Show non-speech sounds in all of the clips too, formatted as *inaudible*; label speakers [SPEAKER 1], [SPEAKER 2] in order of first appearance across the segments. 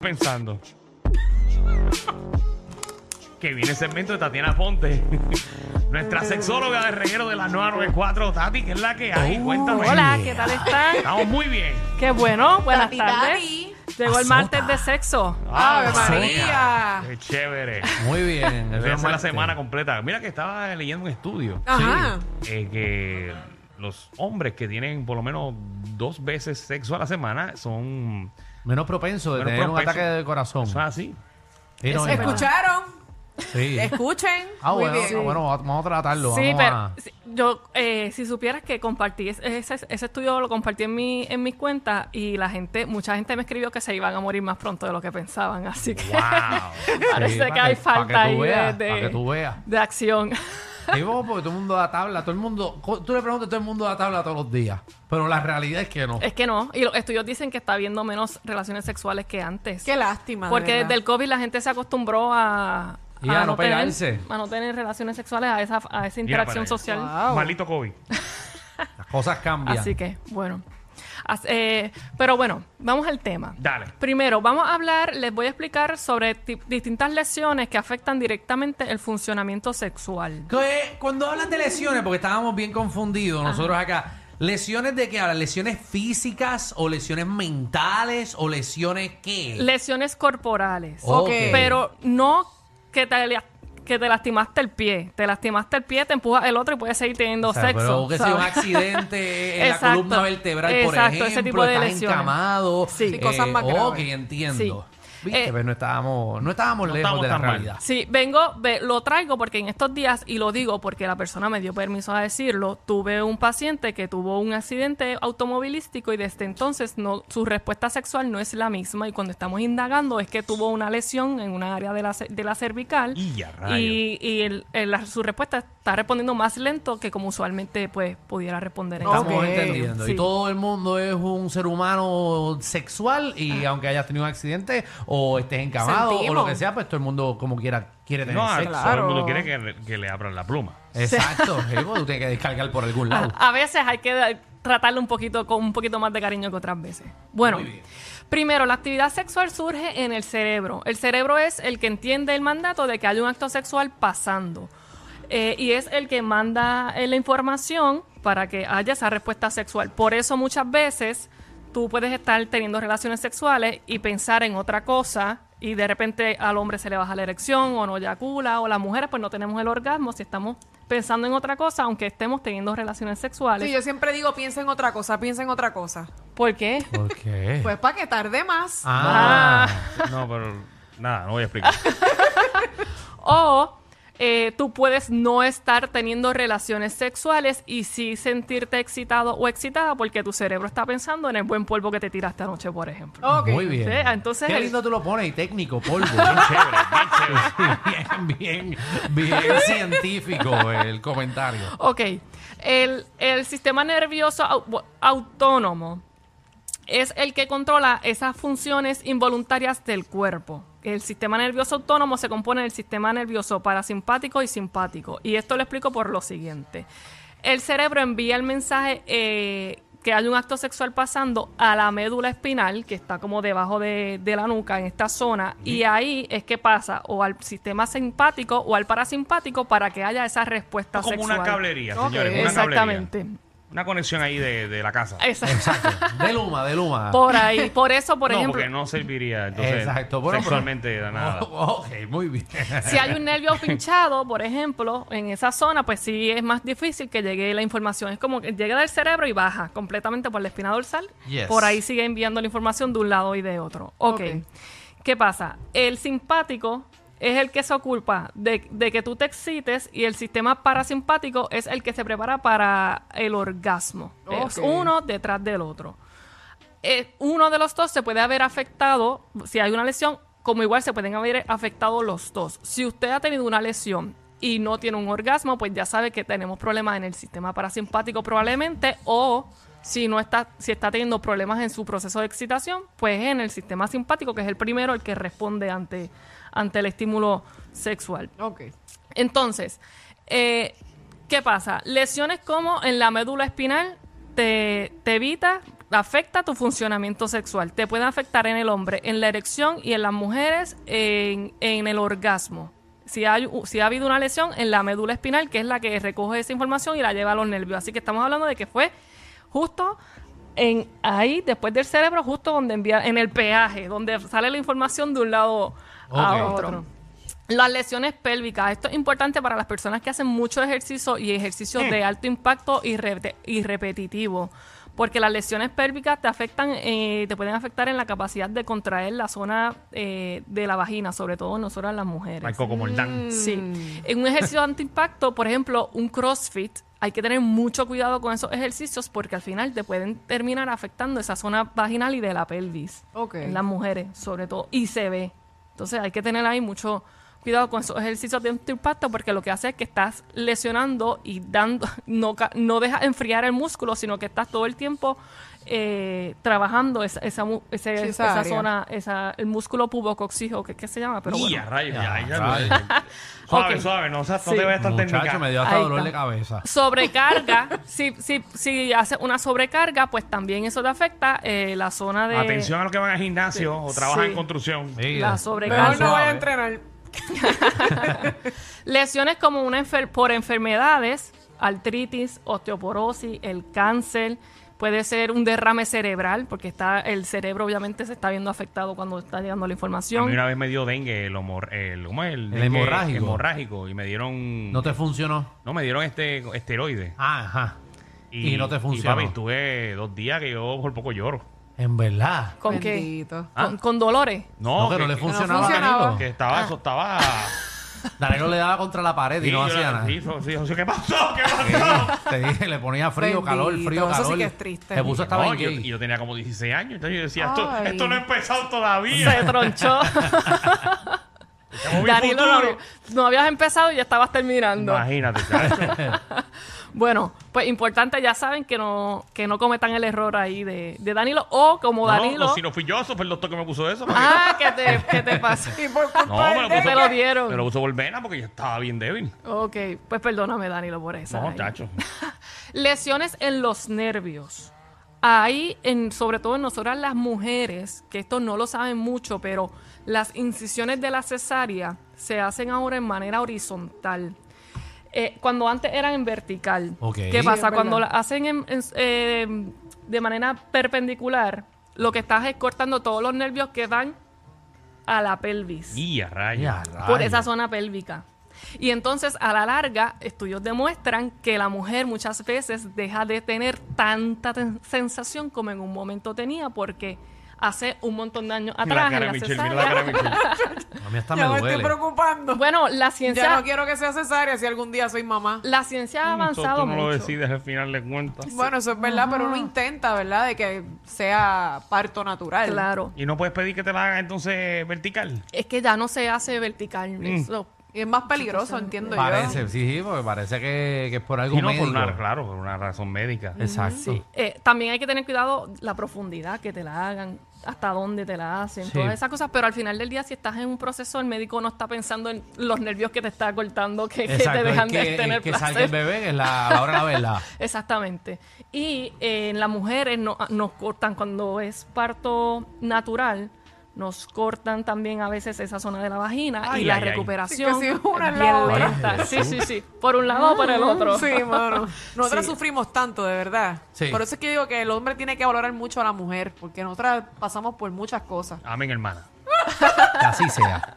[SPEAKER 1] pensando. Que viene el segmento de Tatiana Ponte, *laughs* nuestra sexóloga de reguero de la 994, Tati, que es la que hay. Cuéntame.
[SPEAKER 2] Hola, ¿qué tal están?
[SPEAKER 1] Estamos muy bien.
[SPEAKER 2] Qué bueno, buenas
[SPEAKER 3] Papi,
[SPEAKER 2] tardes.
[SPEAKER 3] papi.
[SPEAKER 2] Llegó el martes de sexo.
[SPEAKER 4] Ah,
[SPEAKER 1] ¡Ave
[SPEAKER 3] María!
[SPEAKER 1] Qué chévere.
[SPEAKER 4] Muy
[SPEAKER 1] *laughs*
[SPEAKER 4] bien.
[SPEAKER 1] Debe
[SPEAKER 4] es
[SPEAKER 1] ser la semana completa. Mira que estaba leyendo un estudio
[SPEAKER 3] Ajá.
[SPEAKER 1] eh, que los hombres que tienen por lo menos dos veces sexo a la semana son,
[SPEAKER 4] Menos propenso de
[SPEAKER 1] Menos
[SPEAKER 4] tener un
[SPEAKER 1] propenso.
[SPEAKER 4] ataque de corazón.
[SPEAKER 1] son así.
[SPEAKER 4] Sí, no, es Pues, verdad.
[SPEAKER 3] ¿Escucharon?
[SPEAKER 4] Sí.
[SPEAKER 3] Escuchen.
[SPEAKER 4] Ah,
[SPEAKER 3] Muy
[SPEAKER 4] bueno,
[SPEAKER 3] bien.
[SPEAKER 4] ah, bueno, vamos vamos a tratarlo.
[SPEAKER 2] Sí,
[SPEAKER 4] vamos
[SPEAKER 2] pero
[SPEAKER 4] a-
[SPEAKER 2] si- yo, eh, si supieras que compartí es- ese, ese estudio, lo compartí en, mi, en mis cuentas y la gente, mucha gente me escribió que se iban a morir más pronto de lo que pensaban. Así que
[SPEAKER 4] *laughs*
[SPEAKER 1] ¡Wow!
[SPEAKER 2] *laughs* parece
[SPEAKER 4] para
[SPEAKER 2] que hay
[SPEAKER 4] para
[SPEAKER 2] falta
[SPEAKER 4] que tú
[SPEAKER 2] ahí de-
[SPEAKER 4] veas,
[SPEAKER 2] de-
[SPEAKER 4] Para que tú veas.
[SPEAKER 2] de acción. *laughs*
[SPEAKER 4] Sí, vamos, porque todo el mundo da tabla. Todo el mundo, co- tú le preguntas, todo el mundo da tabla todos los días. Pero la realidad es que no.
[SPEAKER 2] Es que no. Y los estudios dicen que está habiendo menos relaciones sexuales que antes.
[SPEAKER 3] Qué lástima. de
[SPEAKER 2] Porque
[SPEAKER 3] verdad.
[SPEAKER 2] desde el COVID la gente se acostumbró a...
[SPEAKER 4] Y a no pegarse.
[SPEAKER 2] tener, a no tener relaciones sexuales, a esa, a esa
[SPEAKER 1] Mira para
[SPEAKER 2] interacción
[SPEAKER 1] allá.
[SPEAKER 2] social.
[SPEAKER 1] Malito COVID.
[SPEAKER 4] Las cosas cambian.
[SPEAKER 2] Así que, bueno. As- eh, pero bueno, vamos al tema.
[SPEAKER 1] Dale.
[SPEAKER 2] Primero, vamos a hablar, les voy a explicar sobre ti- distintas lesiones que afectan directamente el funcionamiento sexual.
[SPEAKER 4] ¿Qué? eh, Cuando hablas de lesiones, porque estábamos bien confundidos nosotros acá, ¿lesiones de qué hablas? ¿Lesiones físicas o lesiones mentales o lesiones qué?
[SPEAKER 2] Lesiones corporales.
[SPEAKER 4] Ok.
[SPEAKER 2] Pero no que te, lia- que te lastimaste el pie. Te lastimaste el pie, te empuja el otro y puedes seguir teniendo
[SPEAKER 4] O sea,
[SPEAKER 2] sexo.
[SPEAKER 4] Pero que sea un
[SPEAKER 2] ¿sabes?
[SPEAKER 4] *laughs* accidente en la
[SPEAKER 2] Exacto.
[SPEAKER 4] columna vertebral, por
[SPEAKER 2] Exacto,
[SPEAKER 4] ejemplo.
[SPEAKER 2] ese tipo de
[SPEAKER 4] estás
[SPEAKER 2] lesiones.
[SPEAKER 4] encamado.
[SPEAKER 2] Sí.
[SPEAKER 4] eh,
[SPEAKER 3] cosas más graves.
[SPEAKER 4] Ok, entiendo.
[SPEAKER 2] Sí.
[SPEAKER 4] Viste,
[SPEAKER 2] Eh,
[SPEAKER 4] pero no estábamos, no estábamos
[SPEAKER 1] no
[SPEAKER 4] lejos
[SPEAKER 1] estamos
[SPEAKER 4] de la
[SPEAKER 1] tan mal.
[SPEAKER 4] realidad.
[SPEAKER 2] Sí, vengo, ve- lo traigo porque en estos días, y lo digo porque la persona me dio permiso a decirlo, tuve un paciente que tuvo un accidente automovilístico y desde entonces no, su respuesta sexual no es la misma y cuando estamos indagando es que tuvo una lesión en una área de la, ce- de la cervical
[SPEAKER 1] Y a rayos.
[SPEAKER 2] y, y el- el- la- su respuesta está respondiendo más lento que como usualmente pues pudiera responder en este ese
[SPEAKER 4] Estamos
[SPEAKER 3] Ok.
[SPEAKER 4] entendiendo.
[SPEAKER 2] Sí.
[SPEAKER 4] Y todo el mundo es un ser humano sexual y aunque hayas tenido un accidente o estés encamado o lo
[SPEAKER 3] Sentimos.
[SPEAKER 4] que sea, pues todo el mundo como quiera quiere tener
[SPEAKER 1] No,
[SPEAKER 4] sexo.
[SPEAKER 1] todo el
[SPEAKER 3] claro.
[SPEAKER 1] mundo quiere que, que le abran la pluma.
[SPEAKER 4] Exacto, sí, porque tú tienes que descargar por algún lado.
[SPEAKER 2] A veces hay que da- tratarlo un poquito con un poquito más de cariño que otras veces. Bueno, primero, la actividad sexual surge en el cerebro. El cerebro es el que entiende el mandato de que hay un acto sexual pasando. Eh, y es el que manda eh, la información para que haya esa respuesta sexual. Por eso muchas veces tú puedes estar teniendo relaciones sexuales y pensar en otra cosa y de repente al hombre se le baja la erección o no eyacula o las mujeres pues no tenemos el orgasmo si estamos pensando en otra cosa aunque estemos teniendo relaciones sexuales.
[SPEAKER 3] Sí, yo siempre digo, piensa en otra cosa, piensa en otra cosa.
[SPEAKER 2] ¿Por qué?
[SPEAKER 4] ¿Por qué?
[SPEAKER 3] Pues para que tarde más.
[SPEAKER 4] ah,
[SPEAKER 1] No, pero nada, no voy a
[SPEAKER 2] *laughs*
[SPEAKER 1] explicar.
[SPEAKER 2] O eh, tú puedes no estar teniendo relaciones sexuales y sí sentirte excitado o excitada porque tu cerebro está pensando en el buen polvo que te tiraste anoche, por ejemplo.
[SPEAKER 3] Ok.
[SPEAKER 4] Ah,
[SPEAKER 3] Ah,
[SPEAKER 4] muy bien.
[SPEAKER 2] Sí, entonces
[SPEAKER 4] Qué
[SPEAKER 2] el-
[SPEAKER 4] lindo tú lo pones y técnico, polvo.
[SPEAKER 1] Bien chévere, bien chévere.
[SPEAKER 5] *laughs*
[SPEAKER 4] bien, bien, bien científico el comentario.
[SPEAKER 2] Ok. El, el sistema nervioso au- bu- autónomo es el que controla esas funciones involuntarias del cuerpo. El sistema nervioso autónomo se compone del sistema nervioso parasimpático y simpático. Y esto lo explico por lo siguiente. El cerebro envía el mensaje eh, que hay un acto sexual pasando a la médula espinal, que está como debajo de, de la nuca, en esta zona, y ahí es que pasa o al sistema simpático o al parasimpático para que haya esa respuesta
[SPEAKER 1] Es como
[SPEAKER 2] sexual.
[SPEAKER 1] una cablería,
[SPEAKER 3] Ok,
[SPEAKER 1] señores. Una
[SPEAKER 2] Exactamente.
[SPEAKER 1] cablería. Una conexión ahí de, de la casa.
[SPEAKER 2] Exacto.
[SPEAKER 4] Exacto. De Luma, de Luma.
[SPEAKER 2] Por ahí. Por eso, por
[SPEAKER 1] no,
[SPEAKER 2] ejemplo.
[SPEAKER 1] porque no serviría entonces
[SPEAKER 4] Exacto. Bueno, pero-
[SPEAKER 1] sexualmente
[SPEAKER 5] *laughs*
[SPEAKER 1] de nada.
[SPEAKER 4] Oh, ok, muy bien.
[SPEAKER 2] Si hay un nervio pinchado, por ejemplo, en esa zona, pues sí es más difícil que llegue la información. Es como que llega del cerebro y baja completamente por la espina dorsal.
[SPEAKER 4] Yes.
[SPEAKER 2] Por ahí sigue enviando la información de un lado y de otro. ok.
[SPEAKER 3] Ok.
[SPEAKER 2] ¿Qué pasa? El simpático es el que se ocupa de, de que tú te excites y el sistema parasimpático es el que se prepara para el orgasmo. Es
[SPEAKER 3] Ok.
[SPEAKER 2] uno detrás del otro. eh, uno de los dos se puede haber afectado, si hay una lesión, como igual se pueden haber afectado los dos. Si usted ha tenido una lesión y no tiene un orgasmo, pues ya sabe que tenemos problemas en el sistema parasimpático probablemente o si no está si está teniendo problemas en su proceso de excitación, pues en el sistema simpático, que es el primero el que responde ante ante el estímulo sexual.
[SPEAKER 3] Ok.
[SPEAKER 2] Entonces, eh, ¿qué pasa? Lesiones como en la médula espinal te, te evita, afecta tu funcionamiento sexual. Te pueden afectar en el hombre, en la erección y en las mujeres, en, en el orgasmo. Si, hay, u- si ha habido una lesión en la médula espinal, que es la que recoge esa información y la lleva a los nervios. Así que estamos hablando de que fue justo en ahí, después del cerebro, justo donde envía, en el peaje, donde sale la información de un lado a
[SPEAKER 4] Ok.
[SPEAKER 2] otro. Las lesiones pélvicas. Esto es importante para las personas que hacen mucho ejercicio y ejercicios de alto impacto y, re- y repetitivo. Porque las lesiones pélvicas te afectan, eh, te pueden afectar en la capacidad de contraer la zona eh, de la vagina, sobre todo nosotras las mujeres.
[SPEAKER 1] Marco
[SPEAKER 2] Mm,
[SPEAKER 1] Comordán.
[SPEAKER 2] Sí. En un ejercicio de alto impacto, por ejemplo, un CrossFit, hay que tener mucho cuidado con esos ejercicios porque al final te pueden terminar afectando esa zona vaginal y de la pelvis.
[SPEAKER 3] Ok.
[SPEAKER 2] En las mujeres, sobre todo. Y se ve. Entonces hay que tener ahí mucho cuidado con esos ejercicios de alto impacto porque lo que hace es que estás lesionando y dando, *laughs* no, ca- no dejas enfriar el músculo, sino que estás todo el tiempo eh, trabajando esa, esa, mu- ese-
[SPEAKER 3] Sí, esa
[SPEAKER 2] esa
[SPEAKER 3] área.
[SPEAKER 2] zona, esa, el músculo pubocoxijo, que, que se llama, pero bueno.
[SPEAKER 1] Ya, rayos, ya, ya,
[SPEAKER 5] Ay,
[SPEAKER 1] Suave,
[SPEAKER 2] Ok.
[SPEAKER 1] suave, no, o sea, no
[SPEAKER 2] Sí.
[SPEAKER 1] te vayas tan
[SPEAKER 5] Muchacho, me
[SPEAKER 1] técnica.
[SPEAKER 5] dio hasta
[SPEAKER 2] Ahí
[SPEAKER 5] dolor
[SPEAKER 2] está.
[SPEAKER 5] de cabeza.
[SPEAKER 2] Sobrecarga, si, si, si haces una sobrecarga, pues también eso te afecta eh, la zona de...
[SPEAKER 1] Atención a los que van al gimnasio o trabajan
[SPEAKER 2] Sí.
[SPEAKER 1] en construcción.
[SPEAKER 5] Sí,
[SPEAKER 2] La
[SPEAKER 5] eh,
[SPEAKER 2] sobrecarga.
[SPEAKER 3] Mejor no voy
[SPEAKER 5] suave.
[SPEAKER 3] a entrenar.
[SPEAKER 2] Lesiones como una enfer- por enfermedades, artritis, osteoporosis, el cáncer, puede ser un derrame cerebral, porque está el cerebro obviamente se está viendo afectado cuando está llegando la
[SPEAKER 1] A mí
[SPEAKER 2] información.
[SPEAKER 1] una vez me dio dengue, el, homor- el, ¿cómo es?
[SPEAKER 5] El
[SPEAKER 1] dengue
[SPEAKER 5] hemorrágico.
[SPEAKER 1] hemorrágico, Y me dieron.
[SPEAKER 5] No te funcionó.
[SPEAKER 1] no, me dieron este esteroide.
[SPEAKER 5] Ah, Ajá. Y no te funcionó.
[SPEAKER 1] Y papi, estuve dos días que yo por poco lloro.
[SPEAKER 5] En verdad.
[SPEAKER 2] ¿Con qué?
[SPEAKER 3] Bendito.
[SPEAKER 1] Ah.
[SPEAKER 2] Con, con dolores.
[SPEAKER 5] No,
[SPEAKER 1] No,
[SPEAKER 5] que, no le funcionaba a
[SPEAKER 3] funcionaba.
[SPEAKER 5] Danilo.
[SPEAKER 1] que estaba, eso estaba.
[SPEAKER 5] Danilo le daba contra la pared y
[SPEAKER 1] Sí,
[SPEAKER 5] no
[SPEAKER 1] yo la-
[SPEAKER 5] hacía nada.
[SPEAKER 1] sí, eso- sí, eso- ¿Qué pasó? ¿Qué pasó?
[SPEAKER 5] Te dije, le ponía frío,
[SPEAKER 3] Bendito,
[SPEAKER 5] calor, frío,
[SPEAKER 3] eso sí
[SPEAKER 5] calor.
[SPEAKER 3] que es triste.
[SPEAKER 5] Se puso hasta
[SPEAKER 1] No,
[SPEAKER 5] bien
[SPEAKER 1] yo,
[SPEAKER 5] gay.
[SPEAKER 1] y yo tenía como 16 años, entonces yo decía, esto,
[SPEAKER 3] Ay.
[SPEAKER 1] esto no ha empezado todavía.
[SPEAKER 2] Se
[SPEAKER 1] *laughs*
[SPEAKER 2] tronchó.
[SPEAKER 1] Estamos bien
[SPEAKER 2] Danilo, no,
[SPEAKER 1] futuro.
[SPEAKER 2] no habías empezado y ya estabas terminando.
[SPEAKER 1] Imagínate, chacho.
[SPEAKER 2] Bueno, pues importante, ya saben que no, que no cometan el error ahí de, de Danilo o como
[SPEAKER 1] No,
[SPEAKER 2] Danilo.
[SPEAKER 1] no, si no fui yo, eso fue el doctor que me puso eso. porque- *laughs*
[SPEAKER 2] Ah, que te, que te pasa.
[SPEAKER 3] Y por culpa
[SPEAKER 1] No, me
[SPEAKER 3] del
[SPEAKER 1] lo
[SPEAKER 3] dengue.
[SPEAKER 1] puso,
[SPEAKER 2] Te lo dieron.
[SPEAKER 1] Me lo puso volvena porque yo estaba bien débil.
[SPEAKER 2] Ok, pues perdóname Danilo por eso.
[SPEAKER 1] No, chacho.
[SPEAKER 2] Lesiones en los nervios. Ahí, en, sobre todo en nosotras las mujeres, que esto no lo saben mucho, pero las incisiones de la cesárea se hacen ahora en manera horizontal. Eh, cuando antes eran en vertical.
[SPEAKER 5] Ok.
[SPEAKER 2] ¿Qué
[SPEAKER 5] Sí,
[SPEAKER 2] pasa?
[SPEAKER 3] es
[SPEAKER 2] Cuando la
[SPEAKER 3] verdad.
[SPEAKER 2] hacen en- en- eh, de manera perpendicular, lo que estás es cortando todos los nervios que van a la pelvis
[SPEAKER 1] Y a rayos.
[SPEAKER 5] Ya,
[SPEAKER 2] por
[SPEAKER 5] rayos.
[SPEAKER 2] esa zona pélvica. Y entonces, a la larga, estudios demuestran que la mujer muchas veces deja de tener tanta ten- sensación como en un momento tenía, porque hace un montón de años
[SPEAKER 1] Mira
[SPEAKER 2] atrás
[SPEAKER 1] la cara
[SPEAKER 2] en
[SPEAKER 1] de
[SPEAKER 2] la
[SPEAKER 1] Michelle, mira la
[SPEAKER 2] cesárea-
[SPEAKER 1] cara de Michelle.
[SPEAKER 2] *laughs*
[SPEAKER 5] A mí hasta
[SPEAKER 3] Ya me
[SPEAKER 5] me
[SPEAKER 3] estoy
[SPEAKER 5] duele.
[SPEAKER 3] preocupando.
[SPEAKER 2] Bueno, la
[SPEAKER 3] *laughs* ya
[SPEAKER 2] ciencia,
[SPEAKER 3] no quiero que sea cesárea si algún día soy mamá.
[SPEAKER 2] la ciencia ha avanzado
[SPEAKER 1] Mm, Eso tú no lo
[SPEAKER 2] mucho.
[SPEAKER 1] decides al final de cuentas.
[SPEAKER 3] Bueno, eso es verdad, pero uno intenta, ¿verdad? De que sea parto natural.
[SPEAKER 2] Claro.
[SPEAKER 1] Y no puedes pedir que te la hagan entonces vertical.
[SPEAKER 2] Es que ya no se hace
[SPEAKER 1] Mm.
[SPEAKER 2] vertical. eso.
[SPEAKER 3] Y es más peligroso, entiendo yo.
[SPEAKER 5] Parece, sí, sí, porque parece que, que es por algo
[SPEAKER 1] Y no
[SPEAKER 5] médico.
[SPEAKER 1] por una, claro, por una razón médica.
[SPEAKER 5] Exacto. Sí.
[SPEAKER 2] Eh, también hay que tener cuidado la profundidad que te la hagan, hasta dónde te la hacen,
[SPEAKER 5] Sí.
[SPEAKER 2] todas esas cosas. Pero al final del día, si estás en un proceso, el médico no está pensando en los nervios que te está cortando, que, que te
[SPEAKER 5] Exacto, es
[SPEAKER 2] dejan
[SPEAKER 5] que,
[SPEAKER 2] de tener
[SPEAKER 5] es que salga el
[SPEAKER 2] placer.
[SPEAKER 5] bebé, que es la, la hora de la verdad.
[SPEAKER 2] Exactamente. Y eh, en las mujeres no- nos cortan cuando es parto natural. Nos cortan también a veces esa zona de la vagina
[SPEAKER 1] Ay,
[SPEAKER 2] y la
[SPEAKER 1] ay, ay.
[SPEAKER 2] recuperación
[SPEAKER 3] Sí, que sí, una
[SPEAKER 2] es
[SPEAKER 3] en la
[SPEAKER 2] bien
[SPEAKER 3] otra.
[SPEAKER 2] lenta. Sí, sí, sí. Por un lado o por el otro.
[SPEAKER 3] Sí, mano. Nosotras
[SPEAKER 2] Sí.
[SPEAKER 3] sufrimos tanto, de verdad.
[SPEAKER 5] Sí.
[SPEAKER 3] Por eso es que digo que el hombre tiene que valorar mucho a la mujer, porque nosotras pasamos por muchas cosas.
[SPEAKER 1] Amén, hermana.
[SPEAKER 5] Que así sea.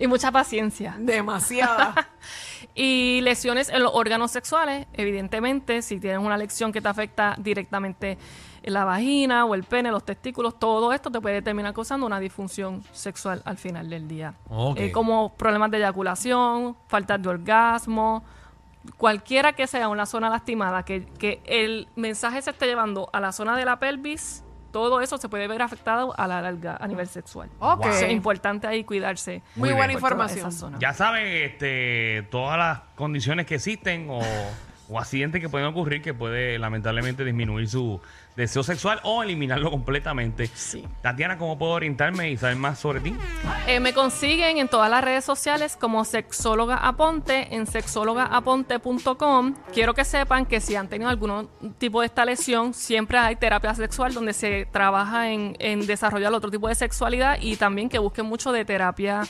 [SPEAKER 2] Y mucha paciencia.
[SPEAKER 3] Demasiadas.
[SPEAKER 2] Y lesiones en los órganos sexuales, evidentemente, si tienes una lesión que te afecta directamente en la vagina o el pene, los testículos, todo esto te puede terminar causando una disfunción sexual al final del día.
[SPEAKER 5] Ok.
[SPEAKER 2] Eh, como problemas de eyaculación, falta de orgasmo, cualquiera que sea una zona lastimada, que, que el mensaje se esté llevando a la zona de la pelvis todo eso se puede ver afectado a la larga a nivel sexual.
[SPEAKER 3] Ok.
[SPEAKER 2] So, es importante ahí cuidarse.
[SPEAKER 3] Muy
[SPEAKER 2] por
[SPEAKER 3] buena
[SPEAKER 2] todas
[SPEAKER 3] información.
[SPEAKER 2] esas zonas.
[SPEAKER 1] Ya saben este, todas las condiciones que existen o, o accidentes que pueden ocurrir que puede lamentablemente disminuir su deseo sexual o eliminarlo completamente.
[SPEAKER 2] Sí.
[SPEAKER 1] Tatiana, ¿cómo puedo orientarme y saber más sobre ti?
[SPEAKER 2] Eh, me consiguen en todas las redes sociales como Sexóloga Aponte, en sexólogaaponte.com. Quiero que sepan que si han tenido algún tipo de esta lesión, siempre hay terapia sexual donde se trabaja en, en desarrollar otro tipo de sexualidad y también que busquen mucho de terapia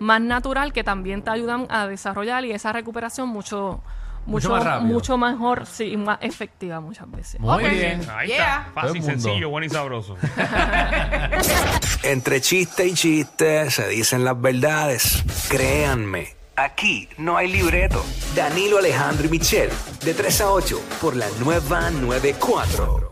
[SPEAKER 2] más natural que también te ayudan a desarrollar y esa recuperación mucho,
[SPEAKER 4] Mucho
[SPEAKER 2] mucho,
[SPEAKER 4] más rápido.
[SPEAKER 2] mucho mejor sí, y más efectiva muchas veces.
[SPEAKER 4] Muy
[SPEAKER 3] Ok.
[SPEAKER 4] bien.
[SPEAKER 1] Ahí
[SPEAKER 3] Yeah.
[SPEAKER 5] Todo
[SPEAKER 1] está.
[SPEAKER 5] el
[SPEAKER 1] Fácil,
[SPEAKER 5] mundo.
[SPEAKER 1] sencillo, bueno y sabroso.
[SPEAKER 6] Entre chiste y chiste se dicen las verdades. Créanme, aquí no hay libreto. Danilo Alejandro y Michel, de 3 a 8, por la nueva 94.